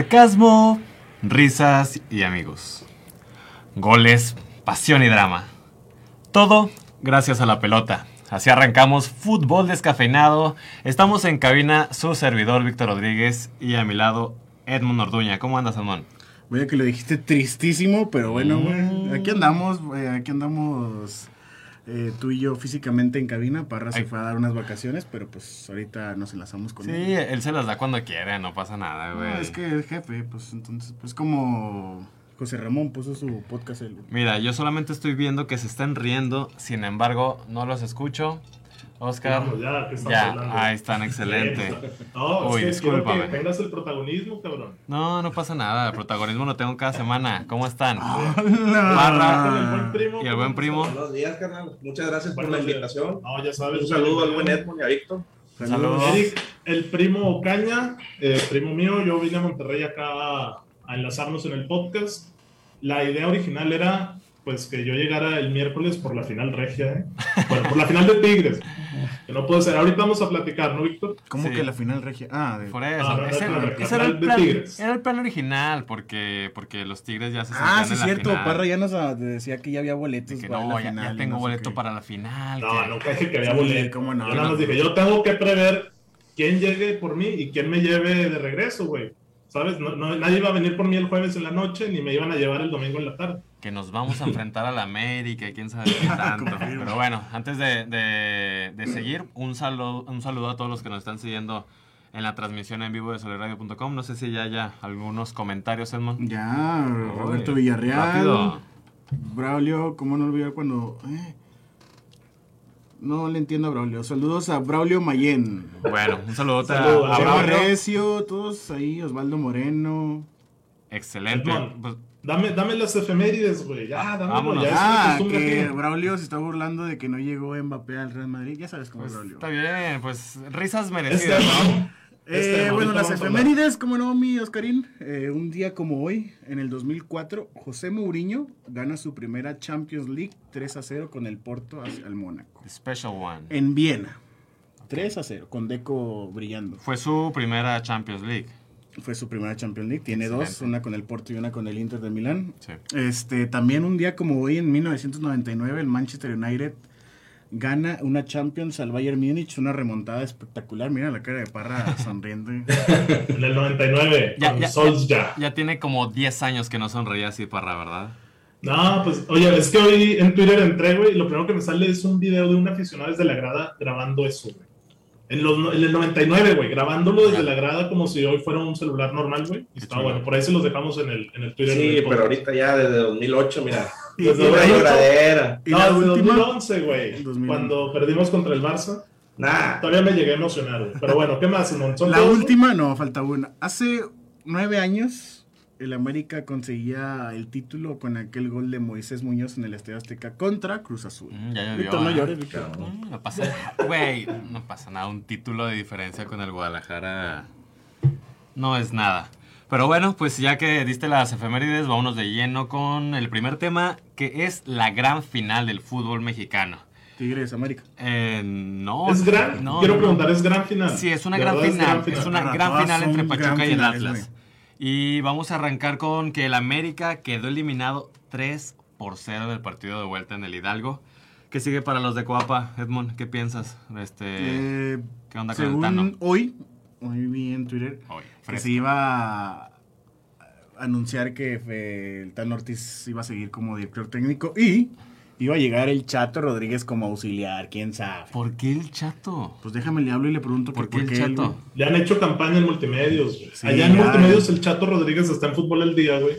Sarcasmo, risas y amigos. Goles, pasión y drama. Todo gracias a la pelota. Así arrancamos fútbol descafeinado. Estamos en cabina su servidor Víctor Rodríguez y a mi lado Edmond Orduña. ¿Cómo andas, Edmond? Güey, que lo dijiste tristísimo, pero bueno, Mm. güey. Aquí andamos, güey, aquí andamos eh, tú y yo físicamente en cabina. Parra se Ay. fue a dar unas vacaciones, pero pues ahorita nos enlazamos con Sí, él. él se las da cuando quiere, no pasa nada, No, güey. es que el jefe, pues entonces, pues como José Ramón puso su podcast el... Mira, yo solamente estoy viendo que se están riendo, sin embargo, no los escucho. Oscar, Vamos, ya, que estamos ya, hablando. ahí están, excelente. No, Uy, Uy, es que quiero discúlpame. que tengas el protagonismo, cabrón. No, no pasa nada, protagonismo lo tengo cada semana. ¿Cómo están? Con Ah, el buen Barra primo. y el buen primo. Buenos días, carnal. Muchas gracias por Buenos la días. invitación. No, ya sabes. Un saludo al buen Edmond y a Víctor. Saludos. Eric, el primo Ocaña, eh, primo mío, yo vine a Monterrey acá a, a enlazarnos en el podcast. La idea original era pues que yo llegara el miércoles por la final regia, ¿eh? Bueno, por la final de Tigres. Que no puede ser. Ahorita vamos a platicar, ¿no, Víctor? ¿Cómo Sí. que la final regia? Ah, de- Por Ah, eso, no, ese, no, no, ese era, el canal de plan, Tigres. era el plan original, porque, porque los Tigres ya se sentían Ah, sí, en la cierto. final. Parra ya nos ah, decía que ya había boletos De que para no, la ya, ya final, tengo no sé boleto qué. para la final. No, que- no, dije que había Sí, boleto. cómo no. Yo nada más dije, yo tengo que prever quién llegue por mí y quién me lleve de regreso, güey. ¿Sabes? No, no- nadie iba a venir por mí el jueves en la noche ni me iban a llevar el domingo en la tarde. que nos vamos a enfrentar a la América y quién sabe qué tanto. Confirmo. Pero bueno, antes de, de- de seguir, un saludo, un saludo a todos los que nos están siguiendo en la transmisión en vivo de solerradio.com. No sé si ya haya algunos comentarios, Edmond. Ya, Roberto Oye, Villarreal. rápido. Braulio, ¿cómo no olvidar cuando.? eh? No le entiendo a Braulio. Saludos a Braulio Mayen. Bueno, un saludote a- Saludos. a Saludos. Braulio. Recio, todos ahí, Osvaldo Moreno. Excelente. Edmond. Pues, Dame, dame las efemérides, güey. Ya, dame, Vámonos. Ya es una ah, costumbre que aquí. Braulio se está burlando de que no llegó Mbappé al Real Madrid. Ya sabes cómo pues, es Braulio. está bien, pues risas Este merecidas, ¿no? año, este Eh, año, bueno, ahorita las vamos a hablar. efemérides, como no, mi Oscarín. Eh, un día como hoy, en el 2004, José Mourinho gana su primera Champions League 3 a 0 con el Porto hacia el Mónaco. The Special one. En Viena. 3 a 0, con Deco brillando. Fue su primera Champions League. Fue su primera Champions League. Tiene dos, Excelente. una con el Porto y una con el Inter de Milán. Sí. Este, también un día como hoy, en 1999, el Manchester United gana una Champions al Bayern Múnich, una remontada espectacular. Mira la cara de Parra sonriendo. En el 99, Ya, con ya, Solskjaer. Ya tiene como 10 años que no sonreía así, Parra, ¿verdad? No, pues, oye, es que hoy en Twitter entré, güey, y lo primero que me sale es un video de un aficionado desde la grada grabando eso, güey. En, los, no- en el 99, güey, grabándolo desde la grada como si hoy fuera un celular normal, güey. Y está chulo. bueno, por ahí se los dejamos en el, en el Twitter. en Sí, el pero podcast. ahorita ya desde 2008, mira. Y- Desde y una ahorita- lloradera. Y la No, desde última- 2011, güey, 2011. cuando perdimos contra el Barça, Nah. todavía me llegué a emocionar, güey. Pero bueno, ¿qué más, Simón? ¿Son La todos, última, no, falta una. Hace nueve años, el América conseguía el título con aquel gol de Moisés Muñoz en el Estadio Azteca contra Cruz Azul. Mm, ya llovió. Víctor, no ¿eh? llores, Víctor. Mm, No pasa nada. Güey, no pasa nada. Un título de diferencia con el Guadalajara no es nada. Pero bueno, pues ya que diste las efemérides, vámonos de lleno con el primer tema, que es la gran final del fútbol mexicano. Tigres, América. Eh, no. güey? ¿Es gran? no, Quiero no, no. preguntar, ¿es gran final? Sí, es una ¿De gran verdad final. Es una Para gran todas final son entre gran Pachuca y el finales, Atlas. Y vamos a arrancar con que el América quedó eliminado 3 por 0 del partido de vuelta en el Hidalgo. ¿Qué sigue para los de Coapa, Edmond? ¿Qué piensas? Este, Eh, ¿Qué onda con el Tano? según hoy, hoy vi en Twitter Oye, que fresco. se iba a anunciar que eh, el Tan Ortiz iba a seguir como director técnico y iba a llegar el Chato Rodríguez como auxiliar, quién sabe. ¿Por qué el chato? Pues déjame le hablo y le pregunto que ¿Por qué el él, chato? güey. Le han hecho campaña en multimedios, güey. Sí, Allá en ya, multimedios güey. el Chato Rodríguez está en fútbol el día, güey.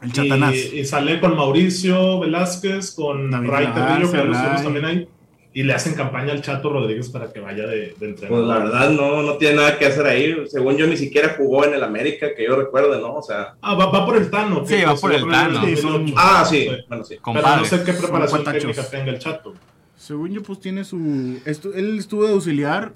El Chatanás. Eh, Y, y sale con Mauricio Velázquez, con David Ray Velázquez, Terrillo, que ya lo Ray. estuvimos también ahí. Y le hacen campaña al Chato Rodríguez para que vaya de, de Pues la entrenador. verdad no, no tiene nada que hacer ahí. Según yo ni siquiera jugó en el América, que yo recuerde, ¿no? O sea. ah, va, va por el Tano. que Sí, va por se fue el primero en Tano. Sí, son- 2008. Ah, sí. Bueno, sí. Pero no Compadre. sé qué preparación guatachos. técnica tenga el Chato. Según yo, pues tiene su. estu- él estuvo de auxiliar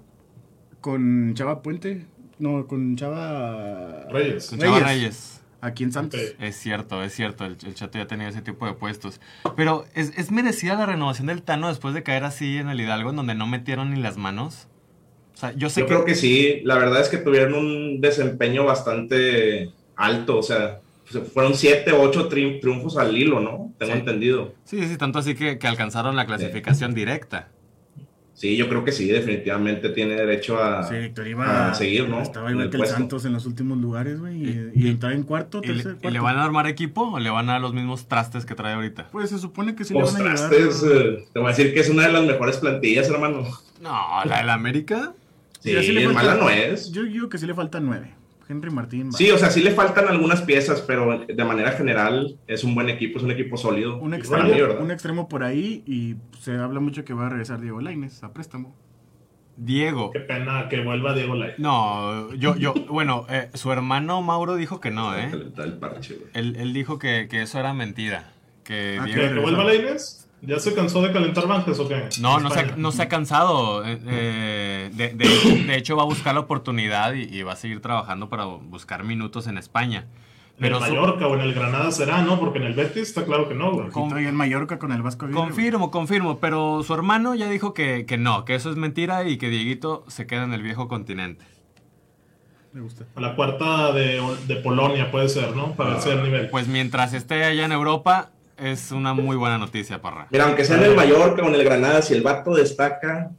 con Chava Puente. No, con Chava. Reyes. Con Chava Reyes. Reyes. Aquí en Santos. Ok. Es cierto, es cierto. El, el chato ya tenía ese tipo de puestos. Pero, ¿es, ¿es merecida la renovación del Tano después de caer así en el Hidalgo, en donde no metieron ni las manos? O sea, yo sé Yo creo que sí. La verdad es que tuvieron un desempeño bastante alto, o sea, pues, fueron siete o ocho tri- triunfos al hilo, ¿no? Tengo Sí. entendido. Sí, sí, tanto así que, que alcanzaron la clasificación directa. Sí, yo creo que sí, definitivamente tiene derecho a... Sí, Víctor iba a seguir, ¿no? Estaba En igual el que el puesto. Santos en los últimos lugares, güey. Y, Y- y entraba en cuarto, ¿Y le, tercer, y le cuarto. van a armar equipo o le van a dar los mismos trastes que trae ahorita? Pues se supone que sí Los le van a ayudar. trastes, ¿no? eh, te voy a decir que es una de las mejores plantillas, hermano. No, la del América. Sí, Mira, sí le falta- mala no es. Yo digo que sí le faltan nueve. Henry Martín. va. Sí, o sea, sí le faltan algunas piezas, pero de manera general es un buen equipo, es un equipo sólido. un Para extremo, mí, ¿verdad? un extremo por ahí y se habla mucho que va a regresar Diego Laines a préstamo. Diego. Qué pena que vuelva Diego Lai. No, yo, yo, bueno, eh, su hermano Mauro dijo que no, ¿eh? Calentar el parche, güey. Él, él dijo que, que eso era mentira. Que Ah, Diego- ¿Que, que vuelva Lainez? ¿Ya se cansó de calentar bancas o qué? No, no se, ha, España. no se ha cansado. eh, eh, de, de- de hecho, va a buscar la oportunidad y, y va a seguir trabajando para buscar minutos en España. En el Pero su- Mallorca o en el Granada será, ¿no? Porque en el Betis está claro que no, güey. Ojito ahí en Mallorca con el Vasco Aguirre, güey. confirmo, confirmo. Pero su hermano ya dijo que, que no, que eso es mentira y que Dieguito se queda en el viejo continente. Me gusta. A la cuarta de, de Polonia puede ser, ¿no? Para el tercer nivel. Pues mientras esté allá en Europa, es una muy buena noticia, Parra. Mira, aunque sea en Ah. el Mallorca o en el Granada, si el vato destaca,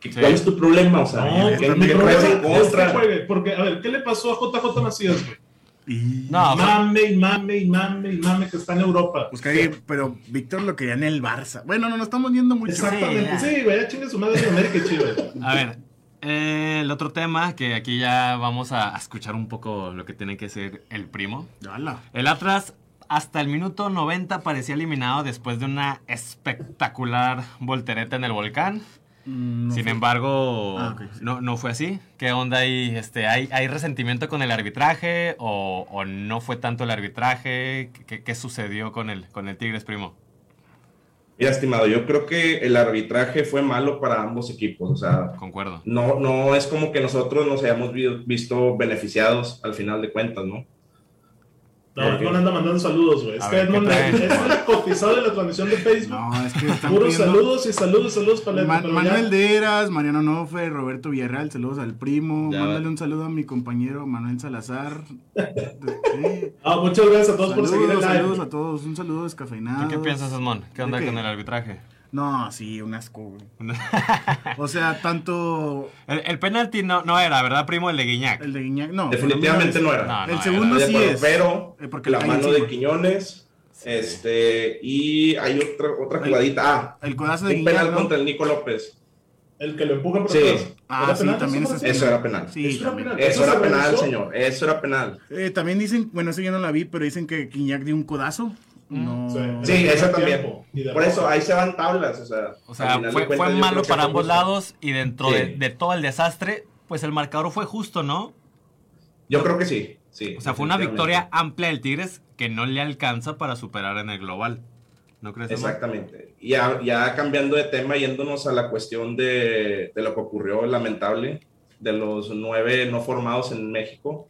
¿qué- Sí. ¿cuál es tu problema? O sea, No, pues, ¿qué- pero qué mi pruebas en problema es que contra? juegue, porque, a ver, ¿qué le pasó a JJ Macías, güey? Y... No, Mame y mame y mame y mame que está en Europa. Pues que ahí- pero Víctor lo quería en el Barça. Bueno, no nos estamos viendo mucho. Exactamente. Sí, Sí, güey, ya chingue su madre en América, chido. A ver, eh, el otro tema que aquí ya vamos a a escuchar un poco lo que tiene que ser el primo. ya. Ala. El Atlas hasta el minuto 90 parecía eliminado después de una espectacular voltereta en el volcán. Mm, no Sin fue- embargo, Ah, ok, sí. no, no fue así. ¿Qué onda ahí? Este, ¿hay, ¿Hay resentimiento con el arbitraje o, o no fue tanto el arbitraje? ¿Qué, qué sucedió con el, con el Tigres, primo? Mira, estimado, yo creo que el arbitraje fue malo para ambos equipos. O sea, Concuerdo. no, no es como que nosotros nos hayamos vi- visto beneficiados al final de cuentas, ¿no? No, Edmond anda mandando saludos, güey. A Este ver, Edmond ¿qué trae? es el cotizado de la transmisión de Facebook. No, es que están Puros pidiendo- saludos y saludos, saludos para Ma- Edmond. pero ya- Manuel Deras, Mariano Nofe, Roberto Villarreal, saludos al primo. Ya, Mándale va. un saludo a mi compañero Manuel Salazar. Sí. Ah, muchas gracias a todos por seguir el Saludos, live. saludos a todos, un saludo descafeinado. ¿Tú qué piensas, Osmón? ¿Qué onda Ah, ¿De qué? con el arbitraje? No, sí, un asco, güey. O sea, tanto El, el penalti no, no era, ¿verdad, primo? El de Guiñac. el de Guiñac, no. Definitivamente Ah, no era. pues, No, El no segundo Estoy de sí acuerdo, es. Pero Eh, porque la le cae mano de encima. Quiñones, este, y hay otra, otra El- jugadita. Ah, El codazo de un Guiñac. penal ¿no? contra el Nico López. El que lo empuja por Sí. atrás. Ah, ¿Era sí, penal? también ¿Eso ese fue es- Eso era penal. Sí, ¿Eso era también. penal? Eso se era penal, revisó? señor. Eso era penal. Eh, también dicen, bueno, eso yo no la vi, pero dicen que Guiñac dio un codazo. No. Sí, esa también. Tiempo y de Por eso roja. ahí se van tablas. O sea, O al sea, final de fue, fue cuentas, yo creo malo que para fue ambos justo. lados y dentro Sí. de, de todo el desastre, pues el marcador fue justo, ¿no? Yo creo que sí. sí O sea, fue una definitivamente. victoria amplia del Tigres que no le alcanza para superar en el global. ¿No crees? Omar? Exactamente. Y ya, ya cambiando de tema, yéndonos a la cuestión de, de lo que ocurrió, lamentable, de los nueve no formados en México.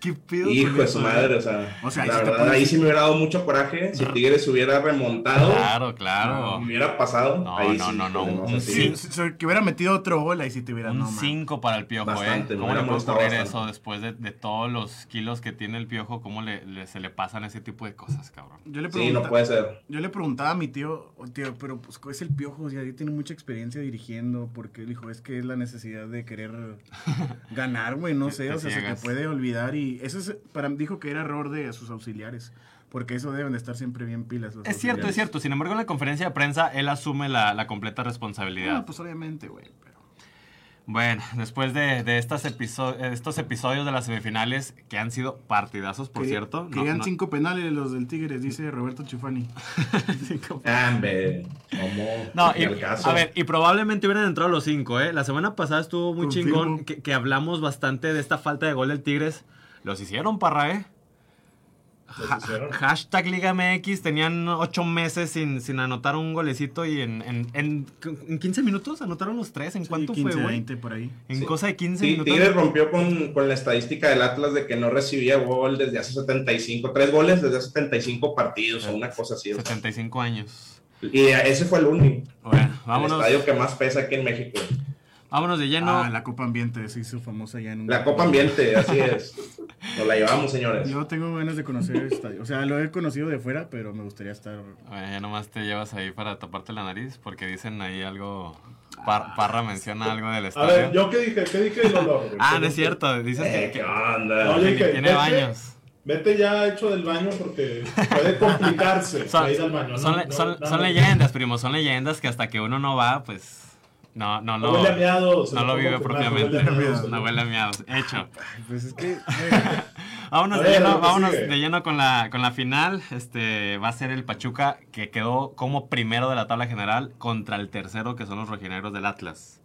¿Qué pedo Hijo con de su eso, eh? madre, o sea, O sea, ahí la sí te verdad, pones- ahí sí me hubiera dado mucho coraje si Tigres hubiera remontado, Claro, claro. me hubiera pasado. No, ahí no, sí, no, no, híjole, un sé, Sí, sí. sí, sí, que hubiera metido otro gol ahí si te hubiera. Un no, man. 5 para el piojo, Bastante, ¿eh? me ¿Cómo le hubiera puede molestado ocurrir bastante. eso después de, de todos los kilos que tiene el piojo? ¿Cómo le, le- se le pasan ese tipo de cosas, cabrón? Yo le, Sí, pregunta- no puede ser. yo le preguntaba a mi tío, "Oh, tío, pero pues es el piojo, o sea, ya tiene mucha experiencia dirigiendo, porque él dijo, es que es la necesidad de querer ganar, güey, no Te- sé, te o sea, se te ciegas. puede olvidar y eso es, para dijo que era error de sus auxiliares, porque eso deben de estar siempre bien pilas. los Es cierto, es auxiliares. cierto. Sin embargo, en la conferencia de prensa, él asume la, la completa responsabilidad. Ah, pues obviamente, güey, pero... Bueno, después de, de estas episo- eh, estos episodios de las semifinales, que han sido partidazos, por Que- cierto. no- Querían no- cinco penales los del Tigres, dice Roberto Chufani. Cinco- Ah, hombre, ¿cómo? No, Ni y, al caso. a ver, y probablemente hubieran entrado los cinco, ¿eh? La semana pasada estuvo muy Confirmo. chingón que, que hablamos bastante de esta falta de gol del Tigres. Los hicieron, parra, ¿eh? Los Ha- hicieron. hashtag Liga MX, tenían ocho meses sin, sin anotar un golecito y en, en, en, en 15 minutos anotaron los tres. ¿En Sí, cuánto 15, fue, güey? 20 por ahí. En Sí. cosa de 15 Sí, minutos. Tigres rompió con, con la estadística del Atlas de que no recibía gol desde hace 75, tres goles desde hace 75 partidos o una cosa así. o sea. 75 años. Y ese fue el único, Bueno, el vámonos, estadio que más pesa aquí en México. vámonos de lleno. Ah, la Copa Ambiente se hizo famosa ya en un... La Copa Ambiente, así es. Nos la llevamos, señores. Yo tengo ganas de conocer el estadio. O sea, lo he conocido de fuera, pero me gustaría estar. Oye, ya nomás te llevas ahí para taparte la nariz porque dicen ahí algo. Par- Parra menciona algo del A estadio. ver, ¿yo qué dije? ¿Qué dije del olor? güey? Ah, no es cierto. Dices Eh, que, ¿Qué que- onda? No, yo- que dije, tiene vete. baños. Vete ya hecho del baño porque puede complicarse. Son, para ir al baño, ¿no? son le- No, son- nada son más. leyendas, primo. Son leyendas que hasta que uno no va, pues. No, no lo. Huele a meado, se No lo puedo vive confirmar, huele a propiamente. meado, se No lo- huele a miados. Hecho. Pues es que. eh, Vámonos, A de, ver, lleno, lo que vámonos sigue. de lleno con la, con la final. Este va a ser el Pachuca que quedó como primero de la tabla general contra el tercero que son los rojinegros del Atlas.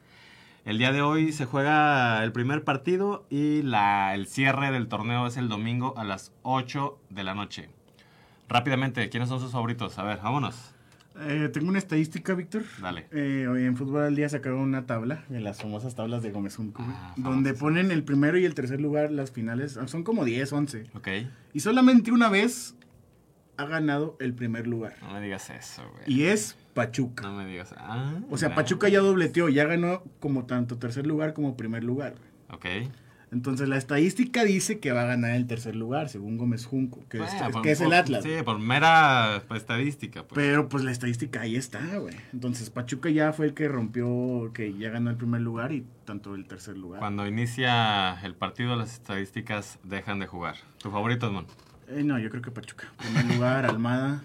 El día de hoy se juega el primer partido y la, el cierre del torneo es el domingo a las 8 de la noche. Rápidamente, ¿quiénes son sus favoritos? A ver, vámonos. eh, tengo una estadística, Víctor. Dale. Eh, hoy en Fútbol al Día sacaron una tabla de las famosas tablas de Gómez Junco, güey, Ah, donde famosas. ponen el primero y el tercer lugar las finales. ah, Son como 10, 11. Ok. Y solamente una vez ha ganado el primer lugar. No me digas eso, güey. Y es Pachuca. No me digas. Ah, O sea, mira. Pachuca ya dobleteó, ya ganó como tanto tercer lugar como primer lugar. güey. Ok. Entonces la estadística dice que va a ganar el tercer lugar, según Gómez Junco, que, es, Bueno, por- que es el por- Atlas. Ah, Sí, pues. por mera pues, estadística. Pues. Pero pues la estadística ahí está, güey. Entonces Pachuca ya fue el que rompió, que ya ganó el primer lugar y tanto el tercer lugar. Cuando inicia el partido, las estadísticas dejan de jugar. ¿Tu favorito, Edmond? Eh, no, yo creo que Pachuca. Primer lugar, Almada.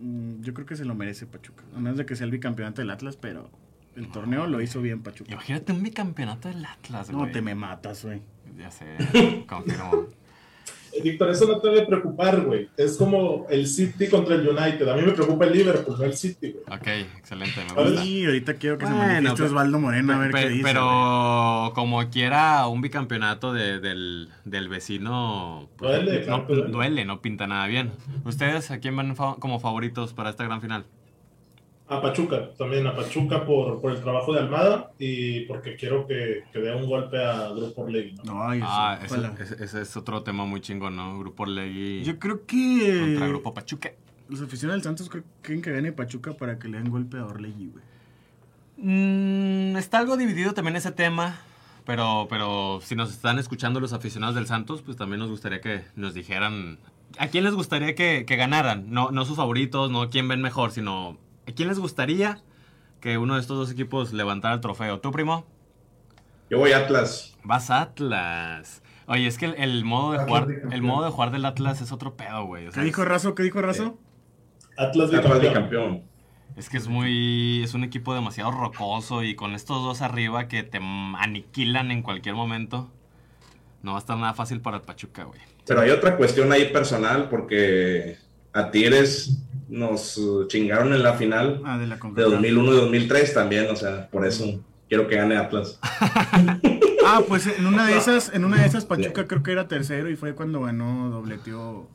Mm, Yo creo que se lo merece Pachuca. A menos de que sea el bicampeonato del Atlas, pero el torneo lo hizo bien Pachuca. Imagínate un bicampeonato del Atlas, güey. No te me matas, güey. Ya sé, confirmo. Eh, Víctor, eso no te debe preocupar, güey. Es como el City contra el United. A mí me preocupa el Liverpool, no el City, güey. ok, excelente, me gusta. Y ahorita quiero que Bueno, se manifieste pero- Osvaldo Moreno a ver Pe- qué dice. güey. pero como quiera, un bicampeonato de- del, del vecino pues, Duele, no, claro, duele. duele, no pinta nada bien. ¿Ustedes a quién van fa- como favoritos para esta gran final? A Pachuca, también a Pachuca por, por el trabajo de Almada y porque quiero que, que dé un golpe a Grupo Ley. ¿no? No, ay, Ah, eso, ese, ojalá. ese- ese es otro tema muy chingón, ¿no? Grupo Legui Yo creo contra que Grupo Pachuca. los aficionados del Santos creo que quieren que gane Pachuca para que le den golpe a Orlegi, güey. Mm, está algo dividido también ese tema, pero, pero si nos están escuchando los aficionados del Santos, pues también nos gustaría que nos dijeran a quién les gustaría que, que ganaran. No, no sus favoritos, no quién ven mejor, sino a quién les gustaría que uno de estos dos equipos levantara el trofeo. ¿Tú, primo? Yo voy Atlas. Vas Atlas. Oye, es que el, el modo, de Atlas jugar, bicampeón. el modo de jugar del Atlas es otro pedo, güey. O ¿Qué sea, dijo es, Razo? ¿Qué dijo Razo? Atlas de Atlas campeón. de campeón. es que es muy. Es un equipo demasiado rocoso y con estos dos arriba que te m- aniquilan en cualquier momento. No va a estar nada fácil para el Pachuca, güey. Pero hay otra cuestión ahí personal porque a Tigres nos eh, chingaron en la final Ah, de la de Concacaf. 2001 y 2003 también, o sea, por eso quiero que gane Atlas. Ah, pues en una de esas, en una de esas Pachuca creo que era tercero y fue cuando ganó, dobleteó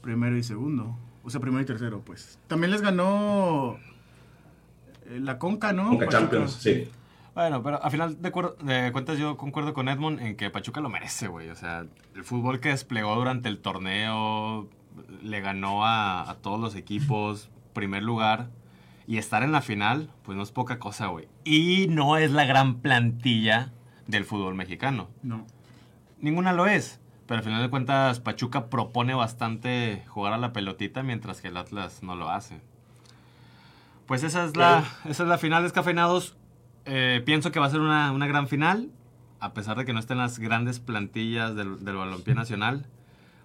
primero y segundo. O sea, primero y tercero, pues. También les ganó eh, la Conca, ¿no? pues, Conca Pachuca. Champions, sí. Bueno, pero a final de, cuer- de cuentas yo concuerdo con Edmond en que Pachuca lo merece, güey. O sea, el fútbol que desplegó durante el torneo le ganó a, a todos los equipos, primer lugar. Y estar en la final, pues no es poca cosa, güey. Y no es la gran plantilla del fútbol mexicano. No. Ninguna lo es. Pero al final de cuentas, Pachuca propone bastante jugar a la pelotita mientras que el Atlas no lo hace. Pues esa es la, esa es la final, descafeinados. Eh, pienso que va a ser una, una gran final, a pesar de que no estén las grandes plantillas del, del balompié nacional.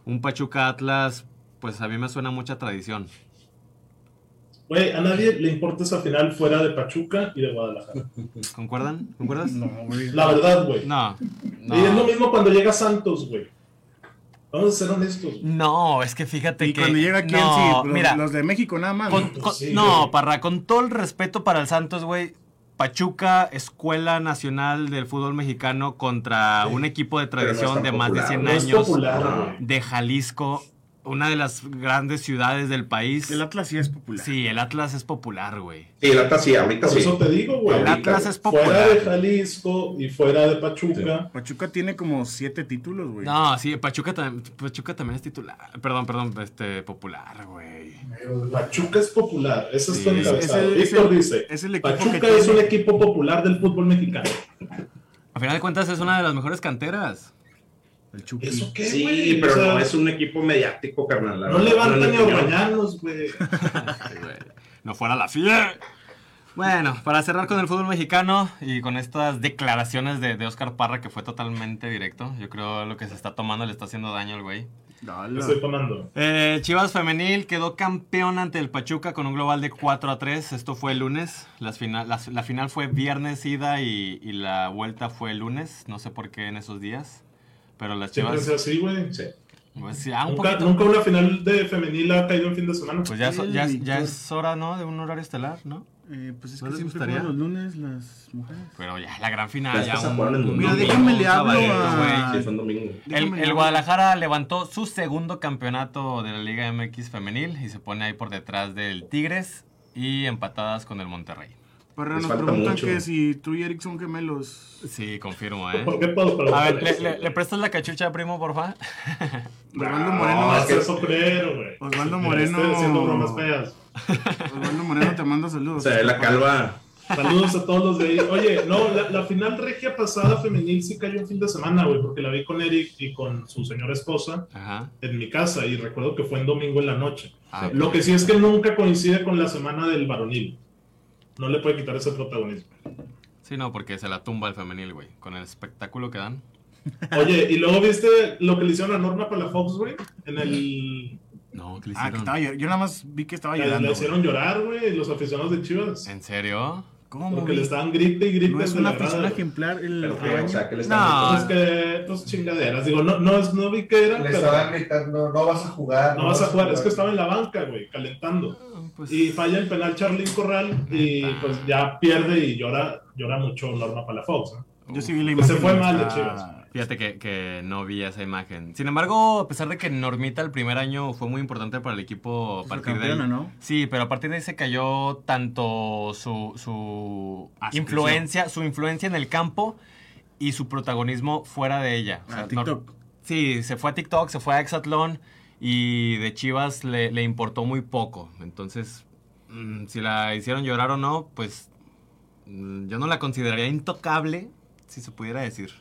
Un Pachuca Atlas, pues a mí me suena mucha tradición. Güey, a nadie le importa esa final fuera de Pachuca y de Guadalajara. ¿Concuerdan? ¿Concuerdas? No, güey. La verdad, güey. No. Y es lo No, mismo cuando llega Santos, güey. Vamos a ser honestos. güey. No, es que fíjate Y que. cuando llega aquí, en no, sí, los, mira, los de México nada más. Con- ¿no? pues con- sí, no, güey. Parra, con todo el respeto para el Santos, güey. Pachuca, Escuela Nacional del Fútbol Mexicano contra un equipo de pero no es tradición tan de más de popular, 100 No es años popular, no. güey. de Jalisco, una de las grandes ciudades del país. El Atlas sí es popular. Sí, el Atlas es popular, güey. Sí, el Atlas sí, ahorita Por sí. eso te digo, güey. El Ahorita, Atlas es Fuera de popular. Jalisco y fuera de Pachuca. Pachuca tiene como siete títulos, güey. No, sí, Pachuca, tam- Pachuca también es titular. Perdón, perdón, este, popular, güey. Pachuca es popular. Eso Sí. es todo Es- es encabezado. el- Víctor es el- dice: es el equipo Pachuca que es un tiene- equipo popular del fútbol mexicano. A final de cuentas es una de las mejores canteras. El Chucky. ¿Eso qué, Sí, güey? pero O sea, no es un equipo mediático, carnal. la No verdad, levantan ni es mi opinión. orbañanos, güey. Ay, Este, güey, No fuera la fiesta. Bueno, para cerrar con el fútbol mexicano y con estas declaraciones de, de Oscar Parra que fue totalmente directo, yo creo lo que se está tomando le está haciendo daño al güey. Dala. Lo estoy tomando. Eh, Chivas Femenil quedó campeón ante el Pachuca con un global de 4 a 3. Esto fue el lunes. Las fina- las- la final fue viernes ida y, y la vuelta fue el lunes. No sé por qué en esos días. Pero las Siempre Chivas. es así, güey. Sí. Pues, sí, ah, un Nunca, poquito. nunca una final de femenil ha caído en fin de semana. Pues ya, es- ya es- ya Víctor. es hora, ¿no? De un horario estelar, ¿no? Eh, pues es ¿No que les siempre gustaría? juegan los lunes las mujeres. Pero ya, la gran final. Las Ya que se un, ponen un Mira, domingo, déjame un le hablo sabadito, a- güey. Ah, Sí, fue un domingo. pues, El, Déjame el ver. Guadalajara levantó su segundo campeonato de la Liga MX femenil y se pone ahí por detrás del Tigres y empatadas con el Monterrey. Parra, Les nos falta preguntan mucho. que si tú y Eric son gemelos. Sí, confirmo, ¿eh? ¿Por qué puedo A ver, ¿le, le, le prestas la cachucha, primo, porfa? Osvaldo No, Moreno, Ah, es que es sobrero, güey. Osvaldo Me Moreno. Estoy haciendo bromas feas. Osvaldo Moreno te manda saludos. Ah, Se ve ah, la calva. Saludos a todos los de ahí. Oye, no, la, la final regia pasada femenil sí cayó en fin de semana, güey, porque la vi con Eric y con su señora esposa Ajá. en mi casa y recuerdo que fue en domingo en la noche. Ah, Lo que sí es que nunca coincide con la semana del varonil. No le puede quitar ese protagonismo. Sí, no, porque se la tumba el femenil, güey. Con el espectáculo que dan. Oye, y luego viste lo que le hicieron a Norma para la Fox, güey, en el... No, ¿qué le Ah, hicieron? que estaba llor- Yo nada más vi que estaba La, llorando. la güey. hicieron llorar, güey, los aficionados de Chivas. ¿En serio? ¿Cómo? Porque güey? le estaban grita y grita. No es desde una la grada, afición güey. ejemplar el ah, Pero que, o rebaño. sea, que le No. están Pues que, pues chingaderas. Digo, no, no, es- no vi que era, Le pero estaban gritando, no vas a jugar. no vas a jugar. Es que estaba en la banca, güey, calentando. Pues, Y falla el penal Charlín Corral y pues ya pierde y llora, llora mucho Norma Palafox. ¿no? Yo sí vi la Pues imagen. se fue y mal de está- Chivas. Fíjate que, que no vi esa imagen. Sin embargo, a pesar de que Normita el primer año fue muy importante para el equipo a Pues, partir de ahí- campeona, ¿no? Sí, pero a partir de ahí se cayó tanto su, su Ah, sí, influencia, su influencia en el campo y su protagonismo fuera de ella. O sea, Ah, no- TikTok. sí, se fue a TikTok, se fue a Exatlón y de Chivas le, le importó muy poco. Entonces, mm, si la hicieron llorar o no, pues mm, yo no la consideraría intocable, si se pudiera decir.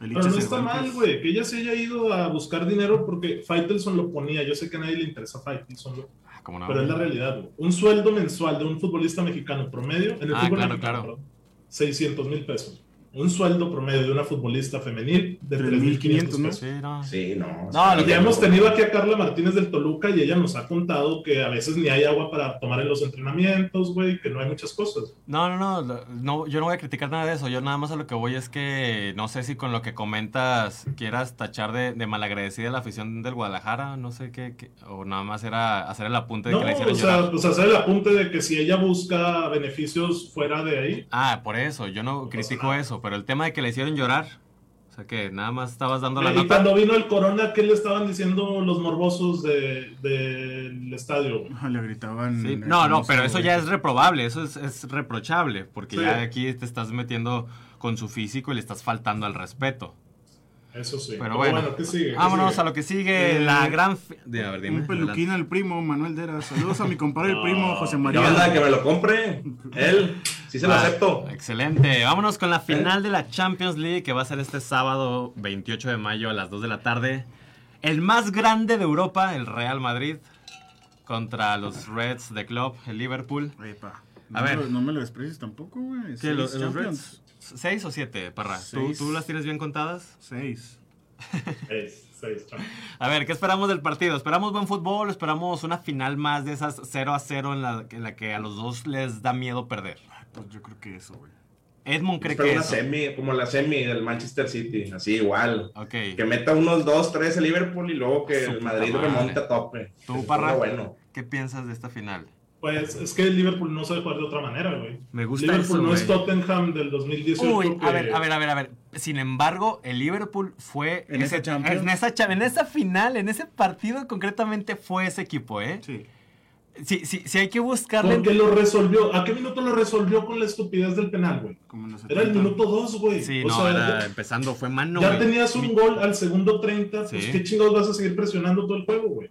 El Pero Icha no está Cervantes. mal, güey, que ella se haya ido a buscar dinero porque Faitelson lo ponía. Yo sé que a nadie le interesa Faitelson, güey, Ah, ¿cómo no? pero es la realidad, güey. Un sueldo mensual de un futbolista mexicano promedio en el Ah, fútbol claro, mexicano, claro. perdón, 600 mil pesos. Un sueldo promedio de una futbolista femenil de 3.500 ¿no? pesos. Sí, no. Sí, no. No, lo Ya hemos tenido aquí a Carla Martínez del Toluca y ella nos ha contado que a veces ni hay agua para tomar en los entrenamientos, güey, que no hay muchas cosas. No, no, no, lo- no, yo no voy a criticar nada de eso. Yo nada más a lo que voy es que no sé si con lo que comentas quieras tachar de, de malagradecida a la afición del Guadalajara, no sé qué, qué- o nada más era hacer el apunte de No, que la hicieron o sea, llorar. pues hacer el apunte de que si ella busca beneficios fuera de ahí, Ah, por eso, yo no pasa critico nada. eso, pero el tema de que le hicieron llorar, o sea que nada más estabas dando la Eh, y nota. cuando vino el corona, ¿qué le estaban diciendo los morbosos de- del estadio? Ah, Le gritaban. Sí, eh, No, Mm, no, sé, pero eso güey. ya es reprobable, eso es, es reprochable, porque Sí. ya aquí te estás metiendo con su físico y le estás faltando al respeto. Eso sí. Pero bueno, ¿qué sigue? ¿Qué vámonos sigue? a lo que sigue, Eh, la gran... fi- Di- a ver, dime, Un peluquín al primo, Manuel Dera. Saludos a mi compadre el primo, No, José Yo anda, María. que me lo compre. Él, sí se lo Ah, acepto. ¿Eh? Excelente. Vámonos con la final de la Champions League que va a ser este sábado 28 de mayo a las 2 de la tarde. El más grande de Europa, el Real Madrid, contra los Reds de Club, el Liverpool. Epa. A no, ver. me lo- no me lo desprecies tampoco, güey. ¿Qué, Seis los, los Champions. Reds? ¿Seis o siete, Parra? ¿Tú, Seis. tú las tienes bien contadas? Seis. Seis, seis, chao. A ver, ¿qué esperamos del partido? ¿Esperamos buen fútbol? ¿Esperamos una final más de esas 0 a 0 en la, en la que a los dos les da miedo perder? Ah, Pues yo creo que eso, güey. Edmond cree Pero que una eso. semi, como la semi del Manchester City, así igual. Ok. Que meta unos dos, tres el Liverpool y luego que Su el Madrid puta madre. remonte a tope. ¿Tú, Eso Parra? está Bueno. ¿Qué piensas de esta final? Pues es que el Liverpool no sabe jugar de otra manera, güey. Me gusta Liverpool eso, no es güey. Tottenham del 2018. Uy, a que- ver, a ver, a ver, a ver. Sin embargo, el Liverpool fue... En esa ese- Champions. En esa, cha- en esa final, en ese partido concretamente fue ese equipo, ¿eh? Sí. Sí, sí, sí hay que buscarle... Porque lo resolvió. ¿A qué minuto lo resolvió con la estupidez del penal, güey? Como en los Era el 70. minuto 2, güey. Sí, O no, sea, era- ya- empezando fue mano, ya güey. tenías un gol al segundo 30. Pues Sí. qué chingados vas a seguir presionando todo el juego, güey.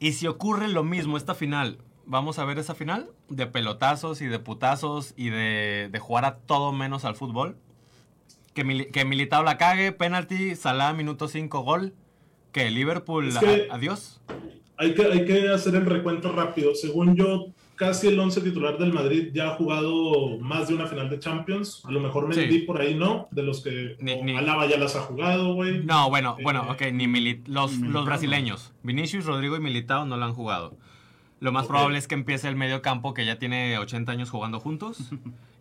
Y si ocurre lo mismo esta final, vamos a ver esa final de pelotazos y de putazos y de, de jugar a todo menos al fútbol. Que, Mili- que Militao la cague, penalti, Salah minuto 5, gol. Que Liverpool, Es a- que- adiós. Hay que, hay que hacer el recuento rápido. Según yo, casi el 11 titular del Madrid ya ha jugado más de una final de Champions. A lo mejor me Sí. por ahí, ¿no? De los que Ni- como ni- Alaba ya las ha jugado, güey. No, bueno, Eh, bueno, ok, ni Mili- los, Militao, los no. brasileños. Vinicius, Rodrigo y Militao no lo han jugado. Lo más Ok. probable es que empiece el medio campo que ya tiene 80 años jugando juntos.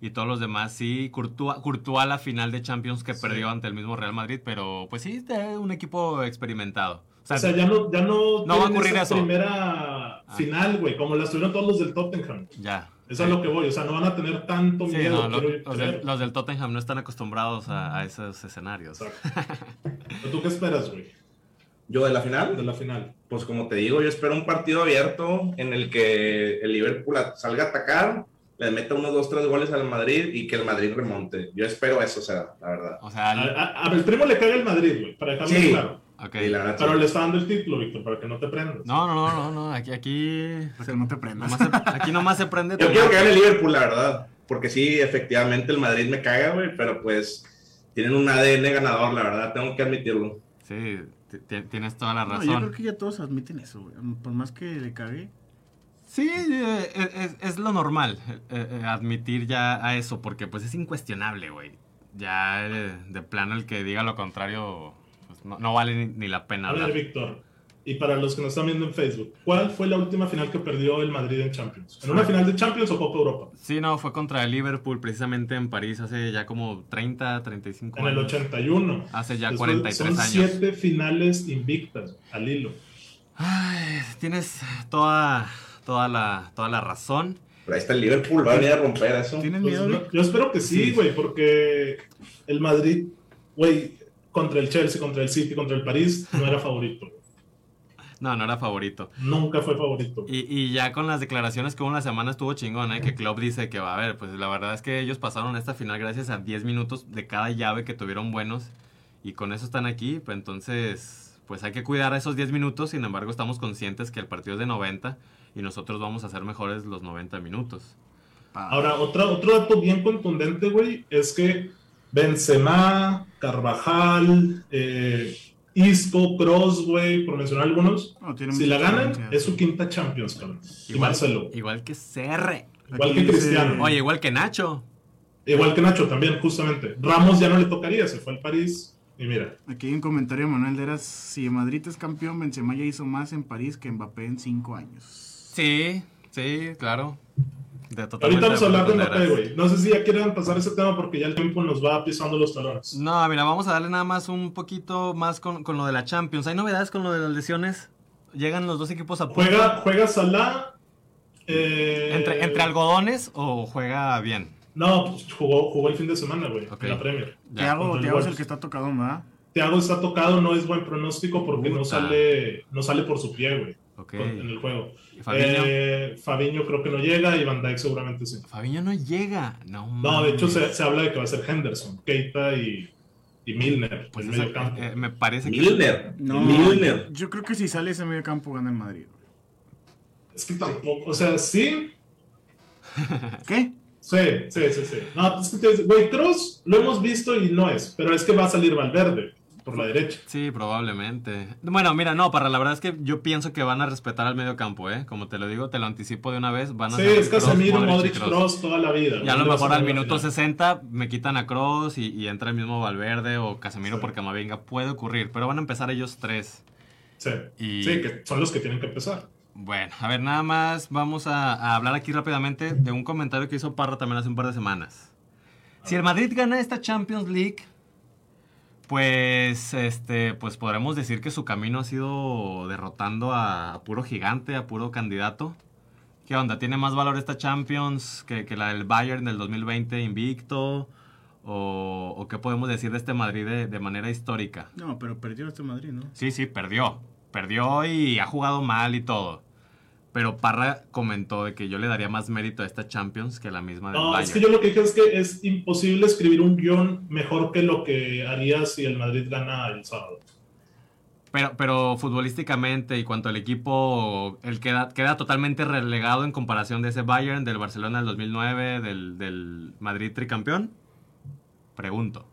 y todos los demás sí. Courtois, Courtois la final de Champions que Sí. perdió ante el mismo Real Madrid, pero pues sí, es un equipo experimentado. O sea, O sea, ya no, ya no, No va a tienen ocurrir esa eso. Ah. primera final, güey, como las tuvieron todos los del Tottenham. ya. Es a lo que voy, o sea, no van a tener tanto Sí, miedo. no, lo- quiero los, creer. del, los del Tottenham no están acostumbrados a, a esos escenarios. Exacto. ¿Pero ¿Tú qué esperas, güey, Yo de la final, de la final? pues como te digo, yo espero un partido abierto en el que el Liverpool a- salga a atacar, le meta unos dos, tres goles al Madrid y que el Madrid remonte. Yo espero eso, o sea, la verdad. O sea, A, a- a- el primo le caga el Madrid, güey, para dejarlo Sí. claro. ok. Y la verdad, Pero sí. le está dando el título, Víctor, para que no te prendas. No, no, no, no, no, aquí, aquí, O sea, no te prendas. nomás se- aquí nomás se prende Yo tu- quiero que gane el Liverpool, la verdad. Porque sí, efectivamente el Madrid me caga, güey, pero pues tienen un ADN ganador, la verdad, tengo que admitirlo. Sí, ti- ti- tienes toda la No, razón. yo creo que ya todos admiten eso, güey. Por más que le cague. Sí, eh, es, es lo normal eh, eh, admitir ya a eso, porque pues es incuestionable, güey. Ya eh, de plano el que diga lo contrario, pues no, no vale ni, ni la pena A ver, hablar. Víctor, y para los que nos están viendo en Facebook, ¿cuál fue la última final que perdió el Madrid en Champions? ¿En Ah. una final de Champions o Copa Europa? Sí, no, fue contra el Liverpool precisamente en París hace ya como 30, 35 En el años. 81. Hace ya Después- 43 son años. siete finales invictas al hilo. Ay, tienes toda, toda, la, toda la razón. Pero ahí está el Liverpool, va a venir a romper eso. ¿Tienes Pues, miedo, no, Vic? yo espero que sí, Sí. güey, porque el Madrid, güey, contra el Chelsea, contra el City, contra el París, no era favorito. No, no era favorito. Nunca fue favorito. Y, y ya con las declaraciones que hubo en la semana estuvo chingón, ¿eh? Que Klopp dice que va a haber. Pues la verdad es que ellos pasaron esta final gracias a 10 minutos de cada llave que tuvieron buenos. Y con eso están aquí. Pues entonces, pues hay que cuidar esos 10 minutos. Sin embargo, estamos conscientes que el partido es de 90 y nosotros vamos a ser mejores los 90 minutos. Ahora, otra, otro dato bien contundente, güey, es que Benzema, Carvajal, eh, Isco, Cross, güey, por mencionar algunos, No, tiene si mucha la ganan, diferencia. es su quinta Champions, cabrón. Y Igual, Marcelo. igual que CR. Igual Aquí que dice- Cristiano. Oye, igual que Nacho. Igual que Nacho también, justamente. Ramos ya no le tocaría, se fue al París. Y mira, Aquí hay un comentario de Manuel Deras. Si Madrid es campeón, Benzema ya hizo más en París que Mbappé en cinco años. Sí, sí, claro. De ahorita totalmente vamos a hablar de acuerdo con Mbappé, Eras. güey. No sé si ya quieran pasar ese tema porque ya el tiempo nos va pisando los talones. No, mira, vamos a darle nada más un poquito más con, con lo de la Champions. ¿Hay novedades con lo de las lesiones? ¿Llegan los dos equipos a punto? Juega, juega Salah. eh, ¿Entre, entre algodones o juega bien? No, pues jugó, jugó el fin de semana, güey, Ok. en la Premier. Ya, Thiago, contra el Thiago es el Wolves. que está tocado, ¿verdad? Thiago está tocado, no es buen pronóstico porque no Puta. sale, no sale por su pie, güey, Ok. con- en el juego. ¿Y Fabinho? Eh, Fabinho creo que no llega y Van Dijk seguramente sí. Fabiño no llega. No, No, de mames. hecho se, se habla de que va a ser Henderson, Keita y, y Milner, Pues el esa- medio campo. eh, me parece que... Milner, Milner. Yo creo que si sale ese medio campo gana el Madrid. güey. es que tampoco, o sea, sí, ¿Qué? sí, sí, sí, sí. No, pues es que te- güey, Cross lo hemos visto y no es, pero es que va a salir Valverde por la derecha. Sí, probablemente. Bueno, mira, no, para la verdad es que yo pienso que van a respetar al medio campo, ¿eh. Como te lo digo, te lo anticipo de una vez. Van a Sí, ser es Kroos, Casemiro, Modric y Modric, Kroos. Cross toda la vida. Ya a lo No le mejor vas ganar al la minuto final. 60 me quitan a Cross y, y entra el mismo Valverde o Casemiro Sí. por Camavinga. Puede ocurrir, pero van a empezar ellos tres. Sí. Y- Sí, que son los que tienen que empezar. Bueno, a ver, nada más vamos a, a hablar aquí rápidamente de un comentario que hizo Parra también hace un par de semanas. Si el Madrid gana esta Champions League, pues, este, pues podremos decir que su camino ha sido derrotando a, a puro gigante, a puro candidato. ¿Qué onda? ¿Tiene más valor esta Champions que, que la del Bayern del 2020 invicto? ¿O, o qué podemos decir de este Madrid de, de manera histórica? No, pero perdió este Madrid, ¿no? Sí, sí, perdió. Perdió y ha jugado mal y todo. Pero Parra comentó de que yo le daría más mérito a esta Champions que a la misma del No, Bayern. es que yo lo que dije es que es imposible escribir un guión mejor que lo que haría si el Madrid gana el sábado. pero, pero futbolísticamente y cuanto al equipo, él queda, queda totalmente relegado en comparación de ese Bayern, del Barcelona del 2009, del, del Madrid tricampeón. Pregunto.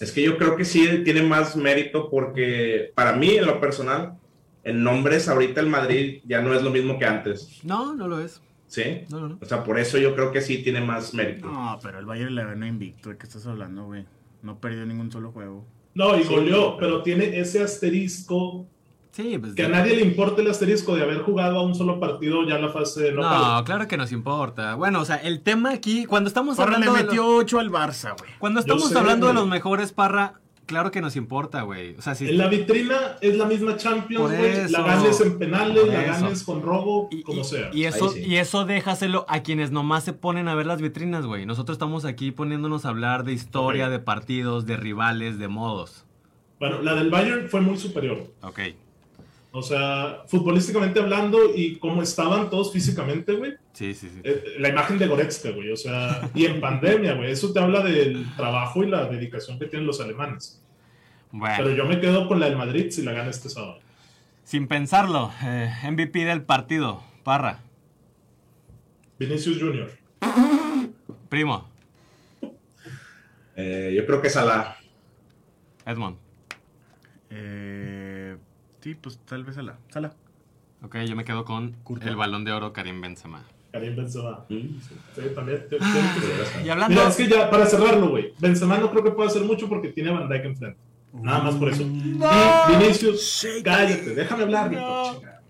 Es que yo creo que sí tiene más mérito porque para mí, en lo personal, en nombres ahorita el Madrid ya no es lo mismo que antes. No, no lo es. ¿Sí? No, no, no. O sea, por eso yo creo que sí tiene más mérito. No, pero el Bayern le ganó invicto. ¿De qué estás hablando, güey? No perdió ningún solo juego. No, y goleó, pero tiene ese asterisco Sí, pues. que a de- nadie le importa el asterisco de haber jugado a un solo partido ya en la fase de No, claro que nos importa. Bueno, o sea, el tema aquí, cuando estamos Parra le hablando. de metió los- 8 al Barça, güey. Cuando Yo estamos sé, hablando de güey. los mejores, Parra, claro que nos importa, güey. O sea, si. En la vitrina es la misma Champions, Por güey. La eso. ganes en penales, Por la eso. ganes con robo, Y, como y- sea. y eso, Ahí sí. y eso déjaselo a quienes nomás se ponen a ver las vitrinas, güey. Nosotros estamos aquí poniéndonos a hablar de historia, Ok. de partidos, de rivales, de modos. Bueno, la del Bayern fue muy superior. Ok. O sea, futbolísticamente hablando y como estaban todos físicamente, güey. Sí, sí, sí. eh, La imagen de Goretzka, güey. O sea, y en pandemia, güey. Eso te habla del trabajo y la dedicación que tienen los alemanes. Pero Bueno, yo me quedo con la del Madrid si la gana este sábado. sin pensarlo, eh, MVP del partido, Parra, Vinicius Junior. primo, Eh, yo creo que Salah. Edmond. Eh, sí, pues tal vez a la sala. Ok, yo me quedo con Courtois. el balón de oro Karim Benzema. Karim Benzema. Mm. Sí, también. te- tiene Ah. que ser. Y hablando, Mira, es que ya, para cerrarlo, güey. Benzema no creo que pueda hacer mucho porque tiene a Van Dijk enfrente. Nada más por eso. Y Vinicius, cállate, déjame hablar, Víctor, chingada.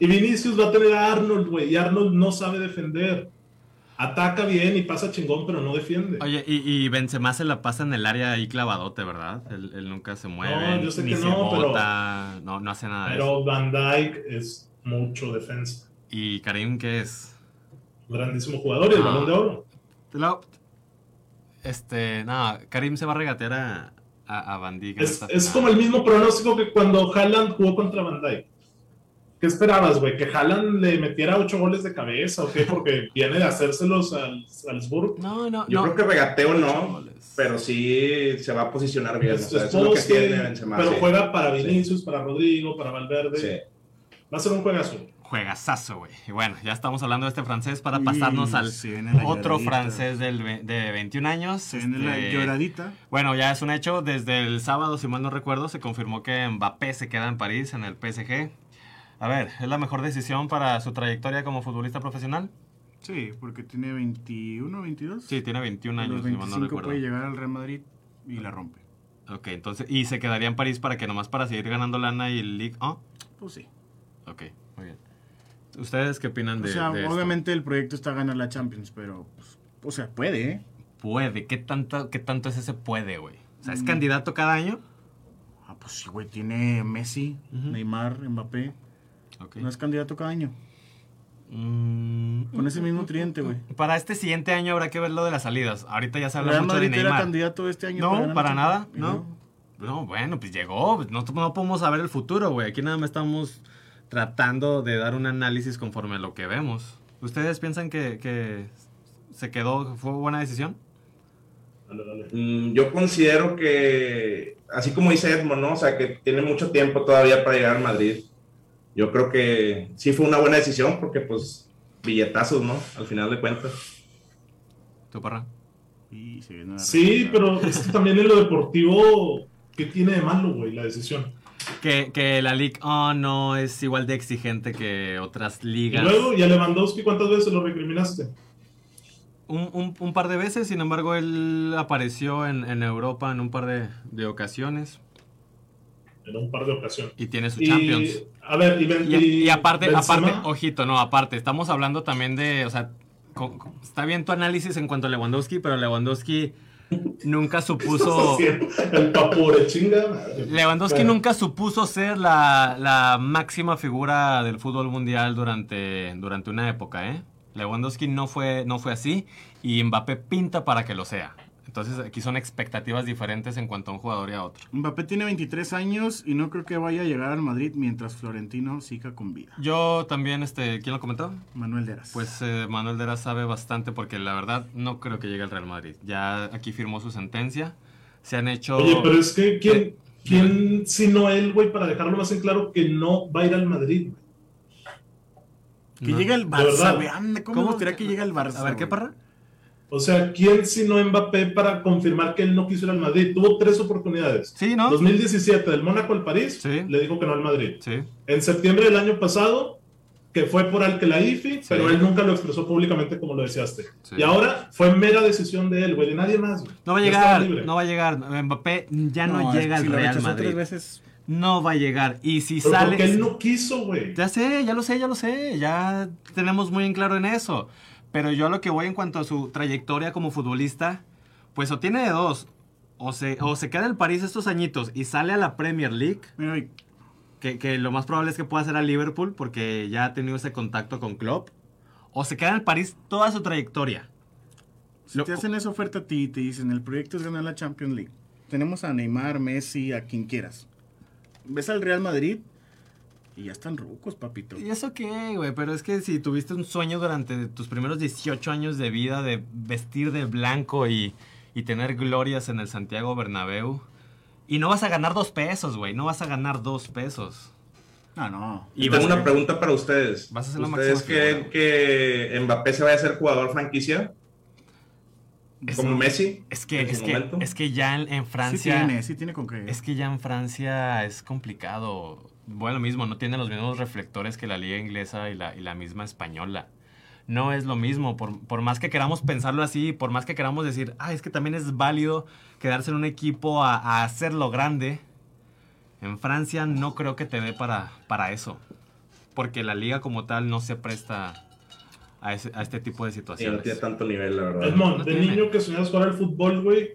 Y Vinicius va a tener a Arnold, güey. Y Arnold no sabe defender. Ataca bien y pasa chingón, pero no defiende. oye, y, y Benzema se la pasa en el área ahí clavadote, ¿verdad? Él, él nunca se mueve, yo sé ni que se no, pero- bota, no, no hace nada de eso. pero Van Dijk es mucho defensa. ¿Y Karim qué es? Grandísimo jugador y el Ah. balón de oro. Te la- Este, no, Karim se va a regatear a, a, a Van Dijk en Es, esta es final. como el mismo pronóstico que cuando Haaland jugó contra Van Dijk. ¿Qué esperabas, güey? ¿Que Haaland le metiera ocho goles de cabeza o qué? Porque viene de hacérselos al Salzburg. No, no, Yo no. creo que regateo Ocho no, goles. pero sí se va a posicionar bien. o Es- sea, es eso es lo que poste, tiene Benzema. pero sí. juega para Sí. Vinicius, para Rodrigo, para Valverde. Sí. Va a ser un juegazo. Juegazazo, güey. Y bueno, ya estamos hablando de este francés para Y pasarnos al se viene la otro lloradita. francés del, ve- de 21 años. Se viene la este, lloradita. Bueno, ya es un hecho. Desde el sábado, si mal no recuerdo, se confirmó que Mbappé se queda en París, en el PSG. A ver, ¿es la mejor decisión para su trayectoria como futbolista profesional? Sí, porque tiene 21, 22. Sí, tiene 21 A años, los si mal no 25 recuerdo. puede llegar al Real Madrid y la rompe. Ok, entonces, ¿y se quedaría en París para que nomás para seguir ganando lana y el League? ¿Oh? Pues sí. Ok, muy bien. ¿Ustedes qué opinan O de, sea, de esto? obviamente el proyecto está a ganar la Champions, pero. pues, o sea, puede, ¿eh? Puede, ¿qué tanto, qué tanto es ese puede, güey? O sea, ¿es Mm. candidato cada año? Ah, pues sí, güey. Tiene Messi, Ujú. Neymar, Mbappé. Ok. No es candidato cada año. Mm, Con ese mismo tridente, güey. Para este siguiente año habrá que ver lo de las salidas. Ahorita ya se habla Real mucho Madrid de era Neymar. candidato este año. No, ganar la para nada, Champions. no. No, bueno, pues llegó. pues No, no podemos saber el futuro, güey. Aquí nada más estamos tratando de dar un análisis conforme a lo que vemos. ¿Ustedes piensan que, que se quedó, fue buena decisión? Dale, dale. Mm, Yo considero que, así como dice Edmond, ¿no? O sea, que tiene mucho tiempo todavía para llegar a Madrid. Yo creo que sí fue una buena decisión porque, pues, billetazos, ¿no? Al final de cuentas. ¿Tú, Parra? Y se Ah, viene la Sí, remontada. pero es que también en lo deportivo, ¿qué tiene de malo, güey, la decisión? Que, que la Liga oh, no es igual de exigente que otras Y ligas. luego, ¿y a Lewandowski cuántas veces lo recriminaste? Un, un- un par de veces, sin embargo, él apareció en, en Europa en un par de, de ocasiones En un par de ocasiones. y tiene su Y, Champions. a ver, y, Ben- Y, y aparte, Benzema- aparte, ojito, no, aparte, estamos hablando también de, o sea, co- co- está bien tu análisis en cuanto a Lewandowski, pero Lewandowski nunca supuso... el papure, chinga. madre. Lewandowski Bueno, nunca supuso ser la, la máxima figura del fútbol mundial durante, durante una época, ¿eh? Lewandowski no fue, no fue así y Mbappé pinta para que lo sea. Entonces aquí son expectativas diferentes en cuanto a un jugador y a otro. Mbappé tiene 23 años y no creo que vaya a llegar al Madrid mientras Florentino siga con vida. Yo también, este, ¿quién lo comentó? Manuel Deras. Pues eh, Manuel Dera sabe bastante porque la verdad no creo que llegue al Real Madrid. Ya aquí firmó su sentencia. Se han hecho... Oye, pero es que Eh, ¿quién, quién sino él, güey, para dejarlo más en claro que no va a ir al Madrid? güey? que No. llegue al De Barça, verdad. güey. Anda, ¿cómo, me gustaría que llegue al Barça? A ver, ¿qué güey? parra? O sea, ¿quién sino Mbappé para confirmar que él no quiso ir al Madrid? Tuvo tres oportunidades. Sí, ¿no? 2017, del Mónaco al París, Sí. le dijo que no al Madrid. Sí. En septiembre del año pasado, que fue por al que la IFI, pero él nunca lo expresó públicamente como lo deseaste. Sí. Y ahora fue mera decisión de él, güey, de nadie más. güey. No va a Ya estaba llegar, libre. no va a llegar. Mbappé ya no, llega al si lo Real rechazó Madrid. tres veces, No va a llegar. Y si Pero sale. Porque él no quiso, güey. Ya sé, ya lo sé, ya lo sé. Ya tenemos muy en claro en eso. Pero yo a lo que voy en cuanto a su trayectoria como futbolista, pues o tiene de dos. O se, o se queda en el París estos añitos y sale a la Premier League, mira, Vic, que, que lo más probable es que pueda ser a Liverpool porque ya ha tenido ese contacto con Klopp. O se queda en el París toda su trayectoria. si Lo- te hacen esa oferta a ti y te dicen, el proyecto es ganar la Champions League. Tenemos a Neymar, Messi, a quien quieras. Ves al Real Madrid y ya están rucos, papito. ¿Y eso qué, güey? Pero es que si tuviste un sueño durante tus primeros 18 años de vida de vestir de blanco y, y tener glorias en el Santiago Bernabéu, y no vas a ganar dos pesos, güey, no vas a ganar dos pesos. No, no. Y Y vas tengo a- una pregunta para ustedes. Vas a ser la ¿Ustedes máxima creen que Mbappé se vaya a ser jugador franquicia? Es- Como Messi. Es que, en su es que, momento. es que ya en, en Sí Francia... tiene, sí tiene con qué. Es que ya en Francia es complicado. Bueno, lo mismo, no tienen los mismos reflectores que la liga inglesa y la, y la misma española. No es lo mismo, por, por más que queramos pensarlo así, por más que queramos decir, ah, es que también es válido quedarse en un equipo a, a hacerlo grande, en Francia no creo que te dé para, para eso. Porque la liga como tal no se presta a, ese- a este tipo de Sí, no tiene situaciones. tanto nivel, la verdad. Edmond, No de tiene. niño que soñabas jugar al fútbol, güey,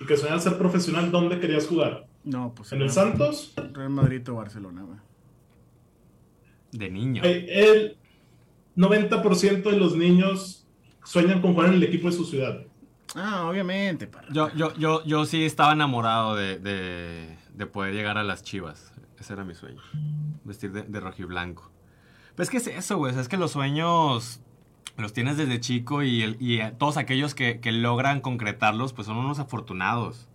y que soñabas ser profesional, ¿dónde querías jugar? No, pues. ¿En el no. Santos? Real Madrid o Barcelona, güey. De niño. Eh, El 90% de los niños sueñan con jugar en el equipo de su ciudad. Ah, obviamente, parra. Yo, yo, yo, yo sí estaba enamorado de, de- de poder llegar a las chivas. Ese era mi sueño. Vestir de, de rojiblanco. Pero es que es eso, güey. o sea, es que los sueños los tienes desde chico y, el- y eh, todos aquellos que, que logran concretarlos, pues son unos afortunados.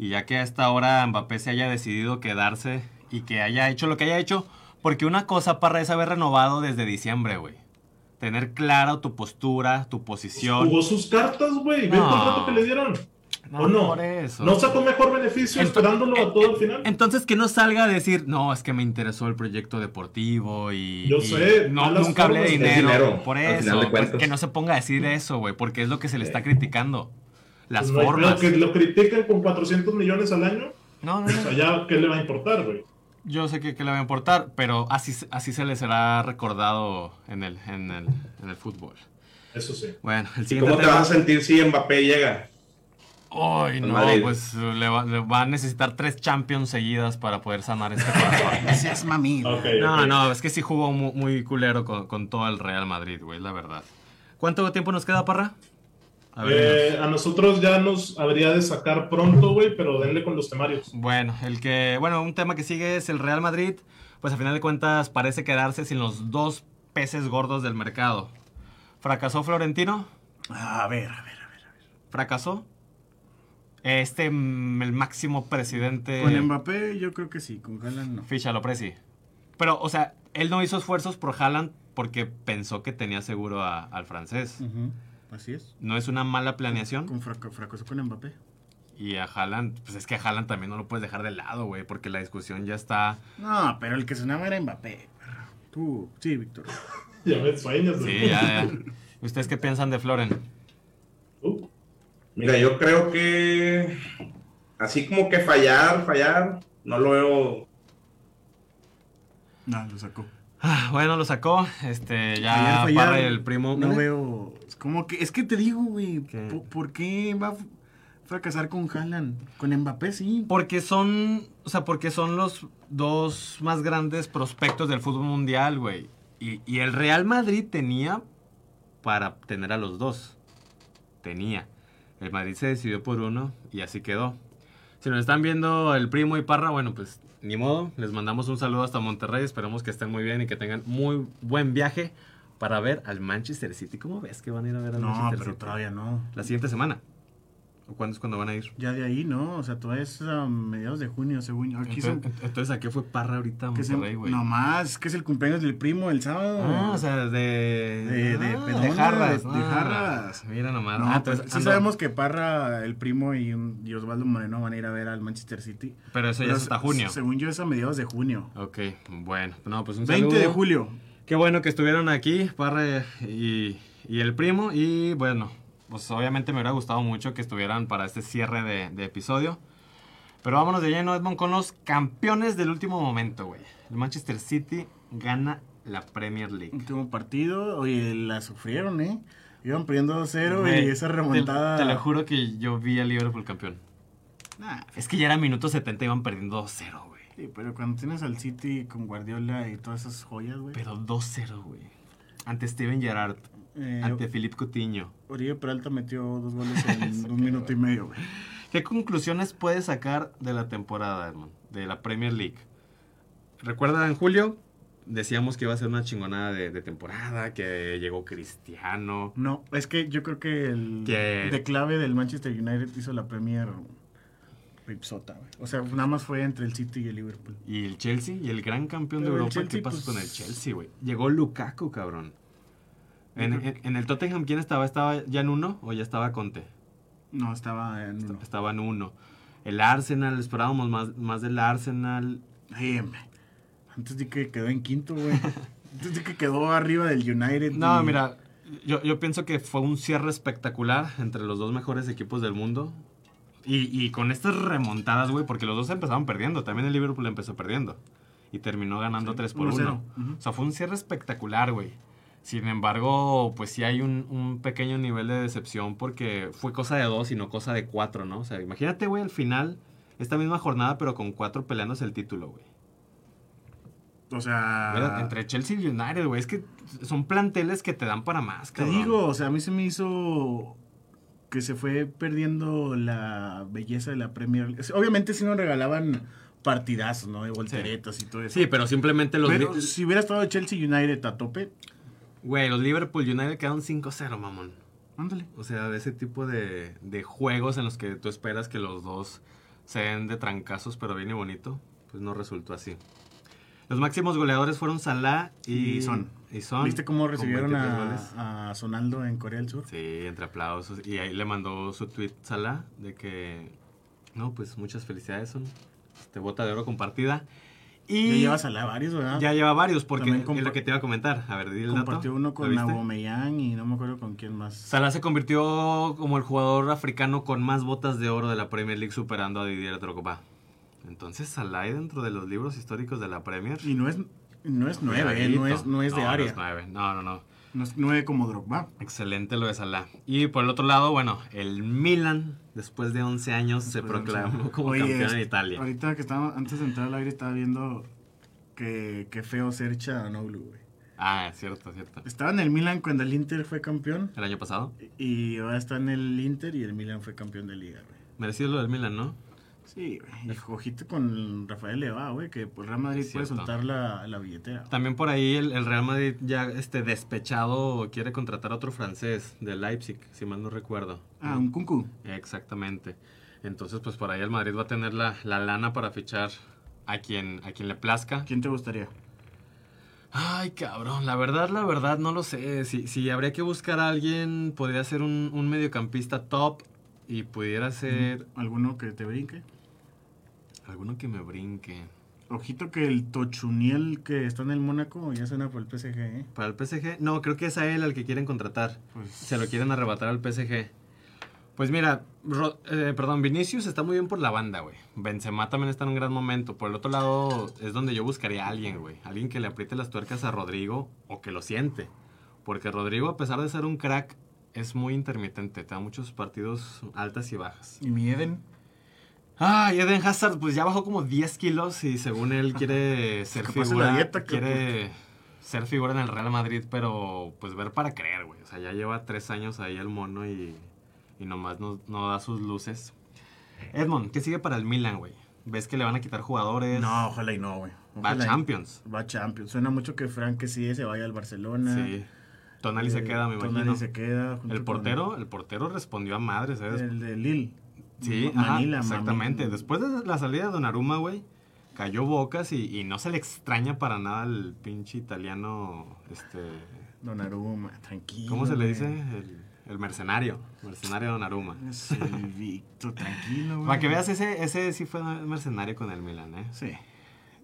Y ya que a esta hora Mbappé se haya decidido quedarse y que haya hecho lo que haya hecho, porque una cosa, parra, es haber renovado desde diciembre, güey. Tener claro tu postura, tu posición. Jugó sus cartas, güey. Ve el No. contrato que le dieron. ¿O no? por eso. No sacó mejor beneficio Ento- esperándolo a todo el final. Entonces que no salga a decir, no, es que me interesó el proyecto deportivo y... Yo y sé, no, malas nunca hablé de formas. Es dinero. dinero, por al final eso, de pues, cuentas. que no se ponga a decir eso, güey, porque es lo que se le está criticando. Las Pues no hay- formas. Lo que lo critican con 400 millones al año, No, no, o sea, no. ya, ¿qué le va a importar, güey? Yo sé que, que le va a importar, pero así, se- así se le será recordado en el, en el, en el fútbol. Eso sí. Bueno, el ¿Y siguiente cómo te tema- vas a sentir si Mbappé llega? Ay, no, Madrid. pues le va, le va a necesitar tres Champions seguidas para poder sanar este corazón. No seas mami. Ok, No, ok. no, es que sí jugó mu- muy, culero con, con todo el Real Madrid, güey, la verdad. ¿Cuánto tiempo nos queda, Parra? A ver, Eh, a nosotros ya nos habría de sacar pronto, güey, pero denle con los temarios. Bueno, el que, bueno, un tema que sigue es el Real Madrid, pues a final de cuentas parece quedarse sin los dos peces gordos del mercado. ¿Fracasó Florentino? A ver, a ver, a ver. ¿Fracasó? Este, mm, el máximo presidente... Con Mbappé yo creo que sí, con Haaland no. Fichalo, Presi. Pero, o sea, él no hizo esfuerzos por Haaland porque pensó que tenía seguro a- al francés. Ujú, Así es. ¿No es una mala planeación? Con fraca- fracasó con Mbappé. Y a Haaland, pues es que a Haaland también no lo puedes dejar de lado, güey, porque la discusión ya está. No, pero el que sonaba era Mbappé. parra. Tú, sí, Víctor. Ya me sueñas, güey. Sí, ya, ya. ¿Ustedes qué piensan de Floren? Uh, Mira, yo creo que así como que fallar, fallar, no lo veo. No, lo sacó. Ah, Bueno, lo sacó. Este, ya Ayer fue Parra y ya- el primo. No ¿Mande? veo. Es como que. Es que te digo, güey. ¿Qué? po- ¿Por qué va a f- fracasar con Haaland? Con Mbappé sí. Porque son. O sea, porque son los dos más grandes prospectos del fútbol mundial, güey. Y, y el Real Madrid tenía para tener a los dos. Tenía. El Madrid se decidió por uno y así quedó. Si nos están viendo el primo y Parra, bueno, pues ni modo. Les mandamos un saludo hasta Monterrey. Esperamos que estén muy bien y que tengan muy buen viaje para ver al Manchester City. ¿Cómo ves que van a ir a ver al No, Manchester pero City? todavía no. La siguiente semana. ¿O cuándo es cuando van a ir? Ya de ahí, ¿no? O sea, todavía es a mediados de junio, según yo. Aquí son- Entonces, entonces, ¿a qué fue Parra ahorita a que se- Monterrey, güey? no más, que es el cumpleaños del primo el sábado. Ah, o sea, de... De- de ah, pedona, jarras. de- de ah, jarras. Mira nomás. No, ah, pues, entonces, sí ando- sabemos que Parra, el primo y, un- y Osvaldo Moreno van a ir a ver al Manchester City. Pero eso ya Pero es hasta se- junio. Según yo es a mediados de junio. Ok, bueno. No, pues un 20 de saludo. julio. Qué bueno que estuvieron aquí, Parra y, y el primo. Y bueno, pues obviamente me hubiera gustado mucho que estuvieran para este cierre de, de episodio. Pero vámonos de lleno, Edmond, con los campeones del último momento, güey. El Manchester City gana la Premier League. Último partido. Oye, la sufrieron, ¿eh? Iban perdiendo 2-0 Güey, y esa te- remontada. Te, lo juro que yo vi al Liverpool campeón. Nah, Es que ya era minuto 70 y iban perdiendo 2-0, güey. sí, pero cuando tienes al City con Guardiola y todas esas joyas, güey. Pero 2-0, güey. Ante Steven Gerrard, Eh, ante Philippe Coutinho. Oribe Peralta metió dos goles en un minuto y medio, güey. ¿Qué conclusiones puedes sacar de la temporada, Edmond? De la Premier League. Recuerda, en julio decíamos que iba a ser una chingonada de, de temporada, que llegó Cristiano. No, es que yo creo que el ¿Qué? de clave del Manchester United hizo la Premier Ripsota, güey. O sea, nada más fue entre el City y el Liverpool. Y el Chelsea, y el gran campeón Pero de el Europa. Chelsea, ¿Qué pasó pues- con el Chelsea, güey? Llegó Lukaku, cabrón. En, en- en el Tottenham, ¿quién estaba? ¿Estaba ya en uno o ya estaba Conte? No, estaba en uno. Estaba en uno. El Arsenal, esperábamos más, más del Arsenal. Ay, hombre. Antes de que quedó en quinto, güey. Antes de que quedó arriba del United. No, y- mira, yo, yo pienso que fue un cierre espectacular entre los dos mejores equipos del mundo. Y, y con estas remontadas, güey, porque los dos empezaron perdiendo. También el Liverpool empezó perdiendo. Y terminó ganando Sí, 3 por 1. 1-0. Ujú. O sea, fue un cierre espectacular, güey. Sin embargo, pues sí hay un, un pequeño nivel de decepción porque fue cosa de dos y no cosa de cuatro, ¿no? O sea, imagínate, güey, al final, esta misma jornada, pero con cuatro peleándose el título, güey. O sea. ¿Verdad? Entre Chelsea y United, güey. Es que son planteles que te dan para más, Te cabrón. digo, o sea, a mí se me hizo que se fue perdiendo la belleza de la Premier League. Obviamente si nos regalaban partidazos, ¿no? De volteretas y todo eso. Sí, pero simplemente los. Pero Li- si hubiera estado Chelsea United a tope, Güey, los Liverpool United quedaron 5-0, mamón. ándale. O sea, de ese tipo de, de juegos en los que tú esperas que los dos se den de trancazos, pero bien y bonito, pues no resultó así. Los máximos goleadores fueron Salah y, Y Son. y Son, ¿Viste cómo con recibieron 23 goles. a, a Sonaldo en Corea del Sur? Sí, entre aplausos. Y ahí le mandó su tweet Salah de que, no, pues muchas felicidades, Son. Te bota de oro compartida. Y Ya llevas a la varios, ¿verdad? ya lleva varios, porque También compa- es lo que te iba a comentar. A ver, di el dato. Compartió ¿Lo uno con viste? Aubameyang y no me acuerdo con quién más. Salah se convirtió como el jugador africano con más botas de oro de la Premier League, superando a Didier Drogba. Entonces, Salah dentro de los libros históricos de la Premier. Y no es, no es nueve, eh, Cuidadito. no es, no es de no área. es nueve. No, no, no. No es nueve como Drogba. Excelente lo de Salah. Y por el otro lado, bueno, el Milan, después de 11 años, se Pues, o proclamó sea, como oye, campeón en este, Italia. Ahorita que estaba, antes de entrar al aire, estaba viendo que, que feo ser Chadanoglu, güey. Ah, cierto, cierto. Estaba en el Milan cuando el Inter fue campeón. El año pasado. Y ahora está en el Inter y el Milan fue campeón de liga, güey. Merecido lo del Milan, ¿no? Sí, güey. Y ojito con Rafael Leva, güey, que por Real Madrid Es puede cierto. soltar la, la billetera. güey. También por ahí el, el Real Madrid ya este, despechado quiere contratar a otro francés de Leipzig, si mal no recuerdo. Ah, un Kunku. Exactamente. Entonces, pues por ahí el Madrid va a tener la, la lana para fichar a quien, a quien le plazca. ¿Quién te gustaría? Ay, cabrón, la verdad, la verdad, no lo sé. Si, si habría que buscar a alguien, podría ser un, un mediocampista top y pudiera ser Eh, ¿Alguno que te brinque? alguno que me brinque. Ojito que el Tochuniel que está en el Mónaco ya suena por el PSG, ¿eh? Para el PSG, no, creo que es a él al que quieren contratar. Pues, Se lo quieren arrebatar al PSG. Pues mira, Ro- eh, perdón, Vinicius está muy bien por la banda, güey. Benzema también está en un gran momento. Por el otro lado, es donde yo buscaría a alguien, güey. Alguien que le apriete las tuercas a Rodrigo o que lo siente. Porque Rodrigo, a pesar de ser un crack, es muy intermitente. Te da muchos partidos altas y bajas. ¿Y mi Eden? Ah, y Eden Hazard, pues ya bajó como 10 kilos y según él quiere ser Que pase la figura. dieta, que quiere ser figura en el Real Madrid, pero pues ver para creer, güey. O sea, ya lleva tres años ahí el mono y, y nomás no, no da sus luces. Edmond, ¿qué sigue para el Milan, güey? ¿Ves que le van a quitar jugadores? No, ojalá y no, güey. Va a Ojalá y- Champions. Va a Champions. Suena mucho que Frank que sí se vaya al Barcelona. Eh, Sí. Tonali se queda, me imagino. Tonali se queda. junto El con portero, el portero respondió a madres, ¿sabes? El de Lille. Sí, ajá, Manila, exactamente. Manila. Después de la salida de Donnarumma, güey, cayó Bocas y, y no se le extraña para nada el pinche italiano, este... Donnarumma, tranquilo. ¿Cómo se le güey. dice? El, el mercenario, mercenario Donnarumma. Sí, Víctor, tranquilo, güey. Para que veas, ese, ese sí fue mercenario con el Milan, ¿eh? Sí.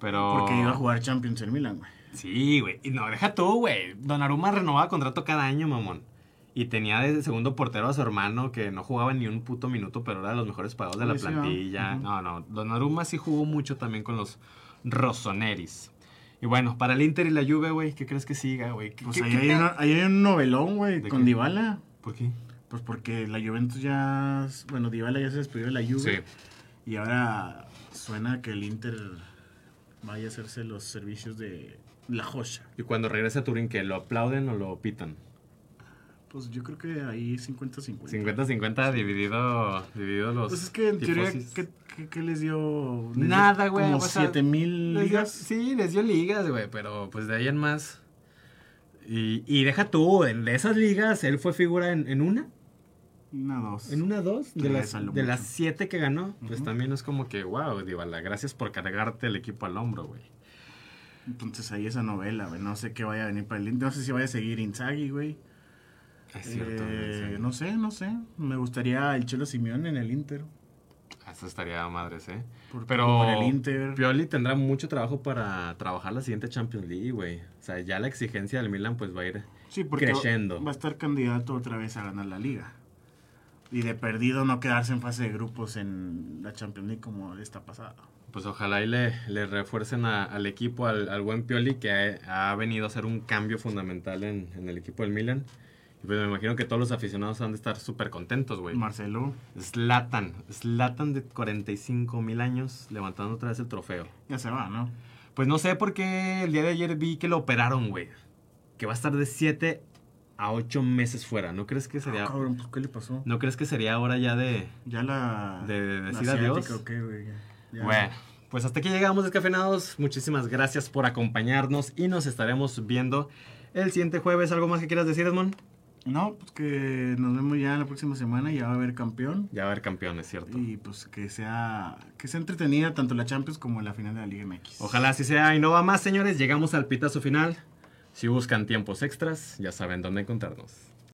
Pero... Porque iba a jugar Champions en Milan, güey. Sí, güey. Y no, deja tú, güey. Donnarumma renovaba contrato cada año, mamón. Y tenía de segundo portero a su hermano que no jugaba ni un puto minuto, pero era de los mejores pagados de la Sí, sí, ah. plantilla. Ujú. No, no. Donnarumma sí jugó mucho también con los Rossoneris. Y bueno, para el Inter y la Juve, güey, ¿qué crees que siga, güey? ¿Qué- Pues qué- ahí qué hay, pe- una- ahí hay un novelón, güey, ¿De con qué? Dybala. ¿Por qué? Pues porque la Juventus ya... Bueno, Dybala ya se despidió de la Juve. Y ahora suena que el Inter vaya a hacerse los servicios de la joya. Y cuando regrese a Turín, ¿qué? ¿Lo aplauden o lo pitan? Pues yo creo que ahí 50-50. 50-50 dividido, dividido los. Pues es que en teoría, tifosis. ¿qué, qué, qué les dio? Les dio Nada, güey. Como o sea, 7 mil les dio- ligas. sí, les dio ligas, güey, pero pues de ahí en más. Y, y deja tú, en, de esas ligas, él fue figura en, en una, Una, dos. en una, dos, de las, Regrésalo de mucho. las siete que ganó. Pues Ujú. también es como que, wow, Dybala, gracias por cargarte el equipo al hombro, güey. Entonces ahí esa novela, güey. No sé qué vaya a venir para el Inter. No sé si vaya a seguir Inzaghi, güey. Ah, Es Eh, No sé, no sé. Me gustaría el Chelo Simeón en el Inter. Ah, Eso estaría a madres, ¿eh? Por- Pero por el Inter. Pioli tendrá mucho trabajo para trabajar la siguiente Champions League, güey. O sea, ya la exigencia del Milan pues va a ir... Sí, porque creciendo. va a estar candidato otra vez a ganar la liga. Y de perdido no quedarse en fase de grupos en la Champions League como esta pasada. Pues ojalá y le, le refuercen a- al equipo, al, al buen Pioli, que ha, ha venido a hacer un cambio fundamental en, en el equipo del Milan. Y pues me imagino que todos los aficionados han de estar súper contentos, güey. Marcelo, Slatan, Slatan de 45 mil años levantando otra vez el trofeo. ya se va, ¿no? Pues no sé por qué el día de ayer vi que lo operaron, güey. Que va a estar de 7 a 8 meses fuera. ¿No crees que Ah, sería, cabrón, pues ¿qué le pasó? ¿no crees que sería hora ya de, Ya la. de, de la decir asiática, adiós? ¿o qué, güey? Ya- ya. Bueno, pues hasta aquí llegamos descafeinados. Muchísimas gracias por acompañarnos y nos estaremos viendo el siguiente jueves. ¿Algo más que quieras decir, Edmond? No, pues que nos vemos ya la próxima semana. Ya va a haber campeón. Ya va a haber campeones, ¿cierto? Y pues que sea que sea entretenida tanto la Champions como la final de la Liga MX. Ojalá así sea y no va más, señores. Llegamos al pitazo final. Si buscan tiempos extras, ya saben dónde encontrarnos.